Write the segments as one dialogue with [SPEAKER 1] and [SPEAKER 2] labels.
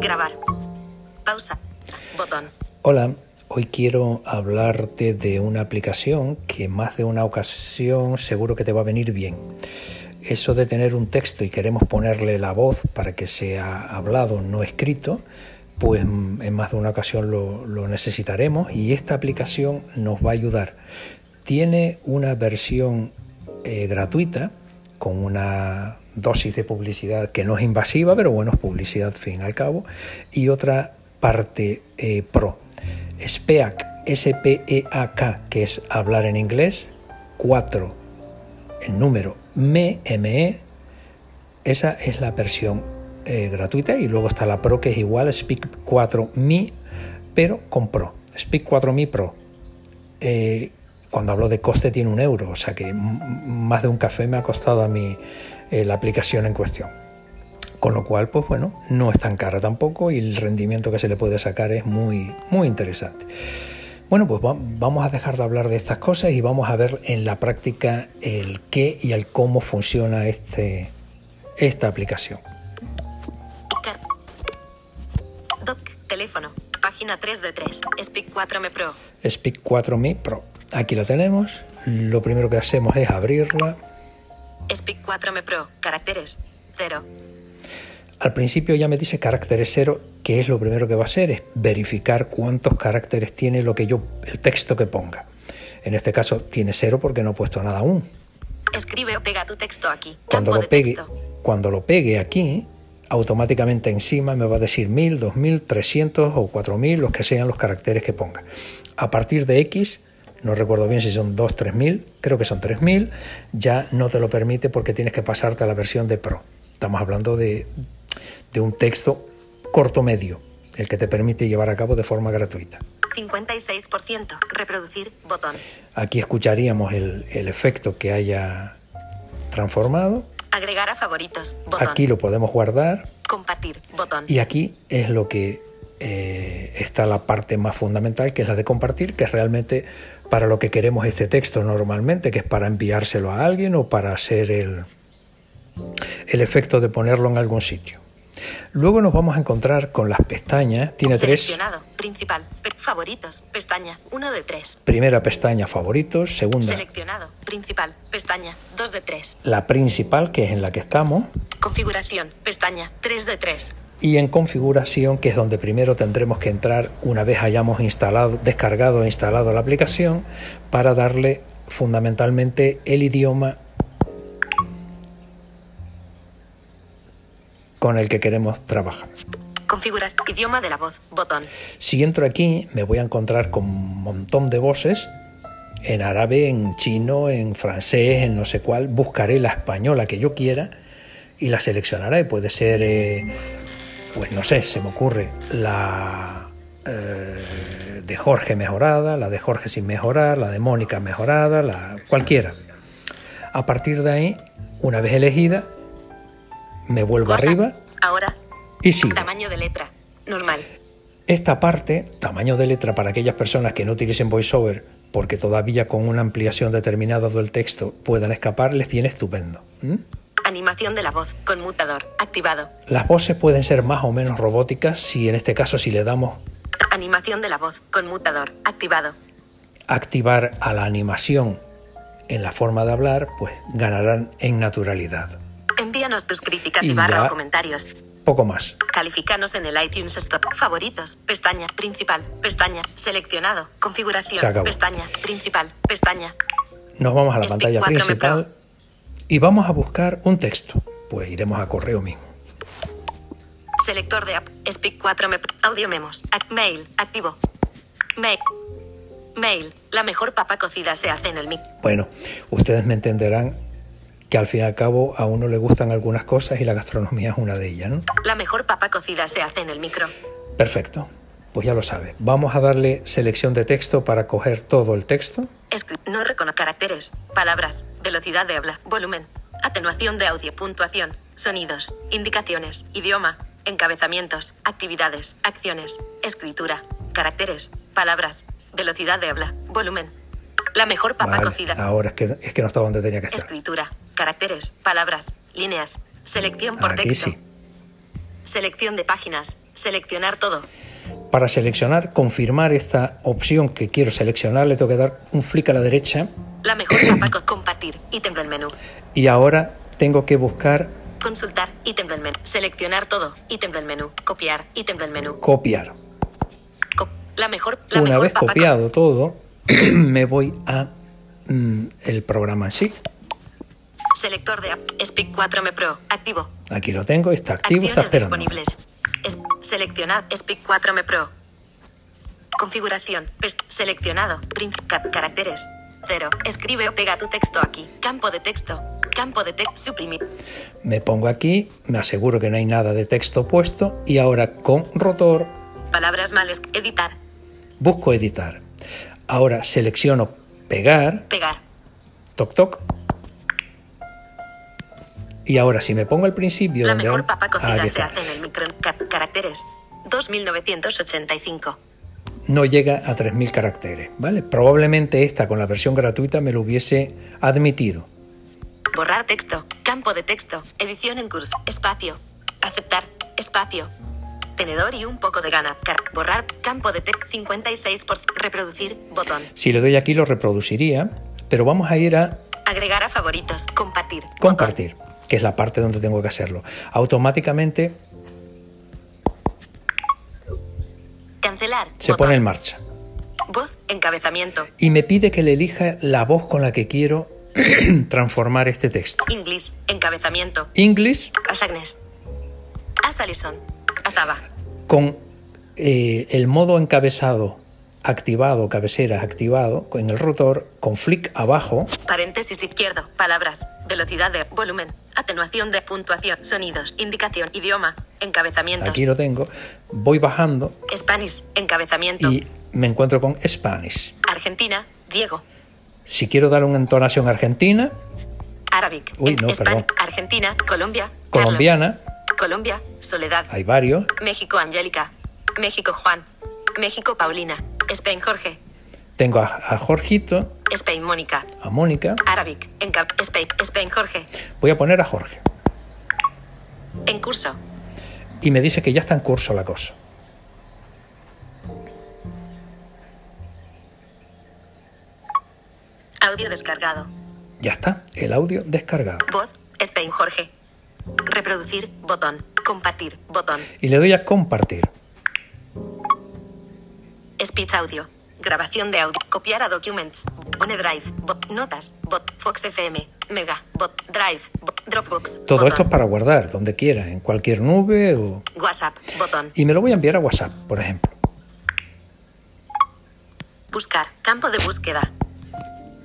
[SPEAKER 1] Grabar. Pausa. Botón.
[SPEAKER 2] Hola, hoy quiero hablarte de una aplicación que más de una ocasión seguro que te va a venir bien. Eso de tener un texto y queremos ponerle la voz para que sea hablado, no escrito, pues en más de una ocasión lo, lo necesitaremos y esta aplicación nos va a ayudar. Tiene una versión eh, gratuita con una dosis de publicidad que no es invasiva, pero bueno, es publicidad fin al cabo, y otra parte eh, pro. SPEAK, S-P-E-A-K, E que es hablar en inglés, 4, el número ME, ME, esa es la versión eh, gratuita, y luego está la pro que es igual a Speak 4 Mi, pero con pro, Speak 4 Mi Pro. Eh, cuando hablo de coste tiene un euro, o sea que más de un café me ha costado a mí eh, la aplicación en cuestión. Con lo cual, pues bueno, no es tan cara tampoco y el rendimiento que se le puede sacar es muy, muy interesante. Bueno, pues va vamos a dejar de hablar de estas cosas y vamos a ver en la práctica el qué y el cómo funciona este, esta aplicación.
[SPEAKER 1] Doc, teléfono, página 3 de 3, Speak 4 Me Pro.
[SPEAKER 2] Speak 4 Me Pro. Aquí la tenemos. Lo primero que hacemos es abrirla.
[SPEAKER 1] Speak 4 Me Pro, caracteres 0.
[SPEAKER 2] Al principio ya me dice caracteres 0, que es lo primero que va a hacer, es verificar cuántos caracteres tiene lo que yo, el texto que ponga. En este caso tiene 0 porque no he puesto nada aún.
[SPEAKER 1] Escribe o pega tu texto aquí.
[SPEAKER 2] Cuando
[SPEAKER 1] Campo
[SPEAKER 2] lo
[SPEAKER 1] de
[SPEAKER 2] pegue,
[SPEAKER 1] texto.
[SPEAKER 2] cuando lo pegue aquí, automáticamente encima me va a decir 1000, 2000, 300 o 4000, los que sean los caracteres que ponga. A partir de X, no recuerdo bien si son 2, 3000, creo que son 3000, ya no te lo permite porque tienes que pasarte a la versión de Pro. Estamos hablando de, de un texto corto medio, el que te permite llevar a cabo de forma gratuita.
[SPEAKER 1] 56%. Reproducir, botón.
[SPEAKER 2] Aquí escucharíamos el, el efecto que haya transformado.
[SPEAKER 1] Agregar a favoritos, botón.
[SPEAKER 2] Aquí lo podemos guardar
[SPEAKER 1] Compartir, botón.
[SPEAKER 2] Y aquí es lo que eh, está la parte más fundamental, que es la de compartir, que es realmente para lo que queremos este texto normalmente, que es para enviárselo a alguien o para hacer el, el efecto de ponerlo en algún sitio. Luego nos vamos a encontrar con las pestañas. Tiene tres.
[SPEAKER 1] Seleccionado, principal, pe- favoritos, pestaña 1 de 3.
[SPEAKER 2] Primera pestaña favoritos, segunda
[SPEAKER 1] Seleccionado, principal, pestaña 2 de 3.
[SPEAKER 2] la principal, que es en la que estamos,
[SPEAKER 1] Configuración, pestaña 3 de 3.
[SPEAKER 2] y en configuración, que es donde primero tendremos que entrar una vez hayamos instalado, descargado e instalado la aplicación, para darle fundamentalmente el idioma con el que queremos trabajar.
[SPEAKER 1] Configurar idioma de la voz, botón.
[SPEAKER 2] Si entro aquí, me voy a encontrar con un montón de voces. En árabe, en chino, en francés, en no sé cuál. Buscaré la española que yo quiera y la seleccionaré. Puede ser, eh, pues no sé, se me ocurre, la eh, de Jorge mejorada, la de Jorge sin mejorar, la de Mónica mejorada, la cualquiera. A partir de ahí, una vez elegida, me vuelvo
[SPEAKER 1] WhatsApp.
[SPEAKER 2] arriba
[SPEAKER 1] Ahora,
[SPEAKER 2] y sigo.
[SPEAKER 1] tamaño de letra, normal.
[SPEAKER 2] Esta parte, tamaño de letra para aquellas personas que no utilicen VoiceOver porque todavía con una ampliación determinada del texto puedan escapar, les viene estupendo. ¿Mm? ¿m?
[SPEAKER 1] Animación de la voz, conmutador, activado.
[SPEAKER 2] Las voces pueden ser más o menos robóticas si en este caso si le damos
[SPEAKER 1] Animación de la voz, conmutador, activado.
[SPEAKER 2] activar a la animación en la forma de hablar, pues ganarán en naturalidad.
[SPEAKER 1] Envíanos tus críticas
[SPEAKER 2] Y
[SPEAKER 1] y barra
[SPEAKER 2] ya.
[SPEAKER 1] o comentarios.
[SPEAKER 2] Poco más.
[SPEAKER 1] Calificanos en el iTunes Store. Favoritos, pestaña, principal, pestaña, seleccionado,
[SPEAKER 2] Se
[SPEAKER 1] configuración,
[SPEAKER 2] acabó.
[SPEAKER 1] pestaña, principal, pestaña.
[SPEAKER 2] Nos vamos a la
[SPEAKER 1] Speak
[SPEAKER 2] pantalla
[SPEAKER 1] 4M
[SPEAKER 2] principal y vamos a buscar un texto. Pues iremos a correo mismo.
[SPEAKER 1] Selector de app, Speak 4 me, Audio Memos, Ac- Mail, activo. Mail. Mail, la mejor papa cocida se hace en el mic.
[SPEAKER 2] Bueno, ustedes me entenderán que al fin y al cabo a uno le gustan algunas cosas y la gastronomía es una de ellas, ¿no?
[SPEAKER 1] La mejor papa cocida se hace en el micro.
[SPEAKER 2] Perfecto, pues ya lo sabe. Vamos a darle selección de texto para coger todo el texto.
[SPEAKER 1] Escri- no reconoce caracteres, palabras, velocidad de habla, volumen, atenuación de audio, puntuación, sonidos, indicaciones, idioma, encabezamientos, actividades, acciones, escritura, caracteres, palabras, velocidad de habla, volumen. La mejor papa
[SPEAKER 2] Vale, ah,
[SPEAKER 1] cocida.
[SPEAKER 2] ahora es que, es que no estaba donde tenía que estar.
[SPEAKER 1] Escritura, caracteres, palabras, líneas, selección por
[SPEAKER 2] Aquí
[SPEAKER 1] texto,
[SPEAKER 2] sí.
[SPEAKER 1] selección de páginas, Seleccionar todo.
[SPEAKER 2] Para seleccionar, confirmar esta opción que quiero seleccionar, le tengo que dar un flick a la derecha
[SPEAKER 1] La mejor capa co- compartir. Ítem del menú.
[SPEAKER 2] y ahora tengo que buscar
[SPEAKER 1] Consultar. Ítem del menú. Seleccionar todo. Ítem del menú. Copiar. Ítem del menú.
[SPEAKER 2] copiar.
[SPEAKER 1] Co- la mejor. La
[SPEAKER 2] Una
[SPEAKER 1] mejor
[SPEAKER 2] vez
[SPEAKER 1] papa co-
[SPEAKER 2] copiado todo, me voy a mm, el programa en sí.
[SPEAKER 1] Selector de app. Speak 4M Pro. Activo.
[SPEAKER 2] Aquí lo tengo, está activo, está
[SPEAKER 1] Acciones
[SPEAKER 2] esperando.
[SPEAKER 1] disponibles. Es- seleccionar Speak 4M Pro. Configuración. Pes- seleccionado. Print Ca- caracteres. 0. Escribe o pega tu texto aquí. Campo de texto. Campo de texto. Suprimir.
[SPEAKER 2] Me pongo aquí, me aseguro que no hay nada de texto puesto y ahora con rotor
[SPEAKER 1] Palabras males. Editar.
[SPEAKER 2] busco editar. Ahora selecciono pegar,
[SPEAKER 1] Pegar.
[SPEAKER 2] toc toc. Y ahora si me pongo al principio
[SPEAKER 1] La
[SPEAKER 2] donde
[SPEAKER 1] mejor
[SPEAKER 2] aún-
[SPEAKER 1] papa
[SPEAKER 2] ahí
[SPEAKER 1] cocida se
[SPEAKER 2] Ah, está.
[SPEAKER 1] hace en el micro. Ca- caracteres. 2985.
[SPEAKER 2] no llega a 3000 caracteres, ¿vale? Probablemente esta con la versión gratuita me lo hubiese admitido.
[SPEAKER 1] Borrar texto. Campo de texto. Edición en curso. Espacio. Aceptar. Espacio. Tenedor y un poco de gana. Car- borrar. Campo de texto. 56 por reproducir. Botón.
[SPEAKER 2] Si le doy aquí lo reproduciría, pero vamos a ir a
[SPEAKER 1] Agregar a favoritos. Compartir. Botón.
[SPEAKER 2] compartir, que es la parte donde tengo que hacerlo. Automáticamente
[SPEAKER 1] Cancelar.
[SPEAKER 2] se
[SPEAKER 1] Botón.
[SPEAKER 2] pone en marcha
[SPEAKER 1] Voz. Encabezamiento.
[SPEAKER 2] y me pide que le elija la voz con la que quiero transformar este texto.
[SPEAKER 1] English. Encabezamiento.
[SPEAKER 2] English
[SPEAKER 1] As Agnes. As Alison. As Ava.
[SPEAKER 2] con eh, el modo encabezado activado, cabeceras activado, con el rotor, con flick abajo,
[SPEAKER 1] Paréntesis izquierdo. Palabras. Velocidad de volumen. Atenuación de puntuación. Sonidos. Indicación. Idioma. Encabezamientos.
[SPEAKER 2] aquí lo tengo, voy bajando
[SPEAKER 1] Spanish. Encabezamiento.
[SPEAKER 2] y me encuentro con Spanish.
[SPEAKER 1] Argentina, Diego.
[SPEAKER 2] Si quiero dar una entonación argentina,
[SPEAKER 1] Arabic.
[SPEAKER 2] Uy,
[SPEAKER 1] en-
[SPEAKER 2] no,
[SPEAKER 1] Espan-
[SPEAKER 2] perdón.
[SPEAKER 1] Argentina, Colombia. Carlos.
[SPEAKER 2] colombiana,
[SPEAKER 1] Colombia, Soledad.
[SPEAKER 2] hay varios,
[SPEAKER 1] México, Angélica. México, Juan. México, Paulina. Spain, Jorge.
[SPEAKER 2] tengo a, a Jorgito,
[SPEAKER 1] Spain, Mónica.
[SPEAKER 2] a Mónica,
[SPEAKER 1] Arabic. En cap- Spain, Spain, Jorge.
[SPEAKER 2] voy a poner a Jorge.
[SPEAKER 1] En curso.
[SPEAKER 2] Y me dice que ya está en curso la cosa.
[SPEAKER 1] Audio descargado.
[SPEAKER 2] Ya está, el audio descargado.
[SPEAKER 1] Voz, Spain, Jorge. Reproducir, botón. Compartir, botón.
[SPEAKER 2] Y le doy a compartir.
[SPEAKER 1] Speech audio. Grabación de audio. Copiar a documents. One drive. Bot. Notas. Bot. Fox FM. Mega. Bot. Drive. Bot. Dropbox.
[SPEAKER 2] Todo
[SPEAKER 1] botón.
[SPEAKER 2] esto es para guardar, donde quiera, en cualquier nube o...
[SPEAKER 1] WhatsApp. Botón.
[SPEAKER 2] Y me lo voy a enviar a WhatsApp, por ejemplo.
[SPEAKER 1] Buscar. Campo de búsqueda.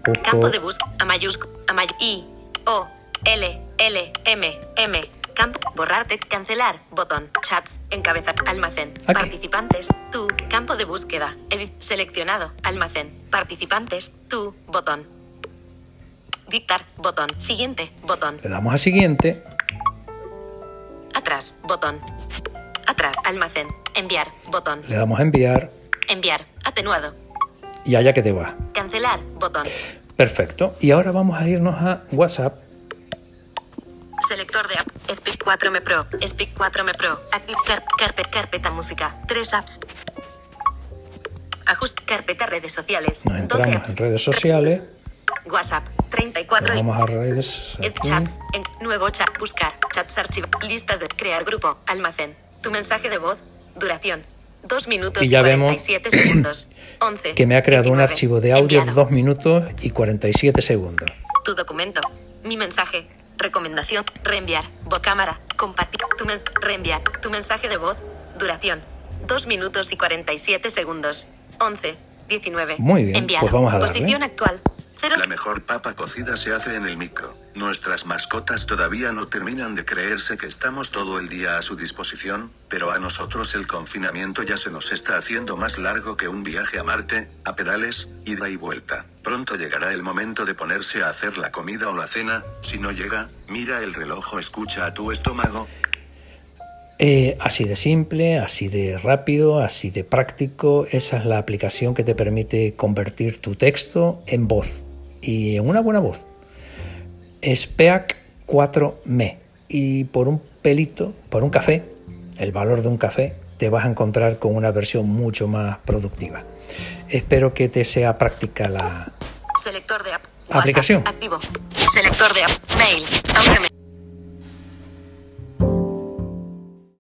[SPEAKER 1] Campo
[SPEAKER 2] Busco
[SPEAKER 1] de búsqueda. A mayúscula. A may- I. O. L. L. M. M. Campo. Borrarte. Cancelar. Botón. Chats. Encabezar. Almacén.
[SPEAKER 2] Ok.
[SPEAKER 1] Participantes. Tú. Campo de búsqueda. Edit. Seleccionado. Almacén. Participantes. Tú. Botón. Dictar. Botón. Siguiente. Botón.
[SPEAKER 2] le damos a siguiente,
[SPEAKER 1] Atrás, botón. Atrás, almacén. Enviar, botón.
[SPEAKER 2] le damos a enviar
[SPEAKER 1] Enviar, atenuado.
[SPEAKER 2] y allá que te va.
[SPEAKER 1] Cancelar, botón.
[SPEAKER 2] Perfecto. Y ahora vamos a irnos a WhatsApp.
[SPEAKER 1] Selector de app. Speak 4M Pro. Speak 4M Pro. Active car- carpe- carpeta música. Tres apps. Ajuste carpeta redes sociales.
[SPEAKER 2] Nos
[SPEAKER 1] 12
[SPEAKER 2] entramos
[SPEAKER 1] apps.
[SPEAKER 2] en redes sociales.
[SPEAKER 1] WhatsApp.
[SPEAKER 2] Nos
[SPEAKER 1] 34 y-
[SPEAKER 2] vamos a redes.
[SPEAKER 1] Ed-
[SPEAKER 2] aquí.
[SPEAKER 1] Chats. En nuevo chat. Buscar. Chats archivo. Listas de crear grupo. Almacén. Tu mensaje de voz. Duración. 2 minutos
[SPEAKER 2] Y
[SPEAKER 1] y,
[SPEAKER 2] ya vemos
[SPEAKER 1] 47 segundos. 11.
[SPEAKER 2] Que me ha creado un
[SPEAKER 1] 19.
[SPEAKER 2] archivo de audio de
[SPEAKER 1] Enviado.
[SPEAKER 2] 2 minutos y 47 segundos.
[SPEAKER 1] Tu documento. Mi mensaje. Recomendación. Reenviar. Voz cámara. Compartir. Tu men- reenviar. Tu mensaje de voz. Duración. 2 minutos y 47 segundos. 11. 19.
[SPEAKER 2] Muy bien,
[SPEAKER 1] Enviado.
[SPEAKER 2] pues vamos a darle.
[SPEAKER 1] Posición actual. 0.
[SPEAKER 3] La mejor papa cocida se hace en el micro. Nuestras mascotas todavía no terminan de creerse que estamos todo el día a su disposición, pero a nosotros el confinamiento ya se nos está haciendo más largo que un viaje a Marte, a pedales, ida y vuelta. Pronto llegará el momento de ponerse a hacer la comida o la cena, si no llega, mira el reloj o escucha a tu estómago,
[SPEAKER 2] Eh, así de simple, así de rápido, así de práctico. Esa es la aplicación que te permite convertir tu texto en voz y en una buena voz. SPEAC 4ME. Y por un pelito, por un café, el valor de un café, te vas a encontrar con una versión mucho más productiva. Espero que te sea práctica la
[SPEAKER 1] Selector de app.
[SPEAKER 2] Aplicación.
[SPEAKER 1] WhatsApp, activo. Selector de app. Mail. Audio mail.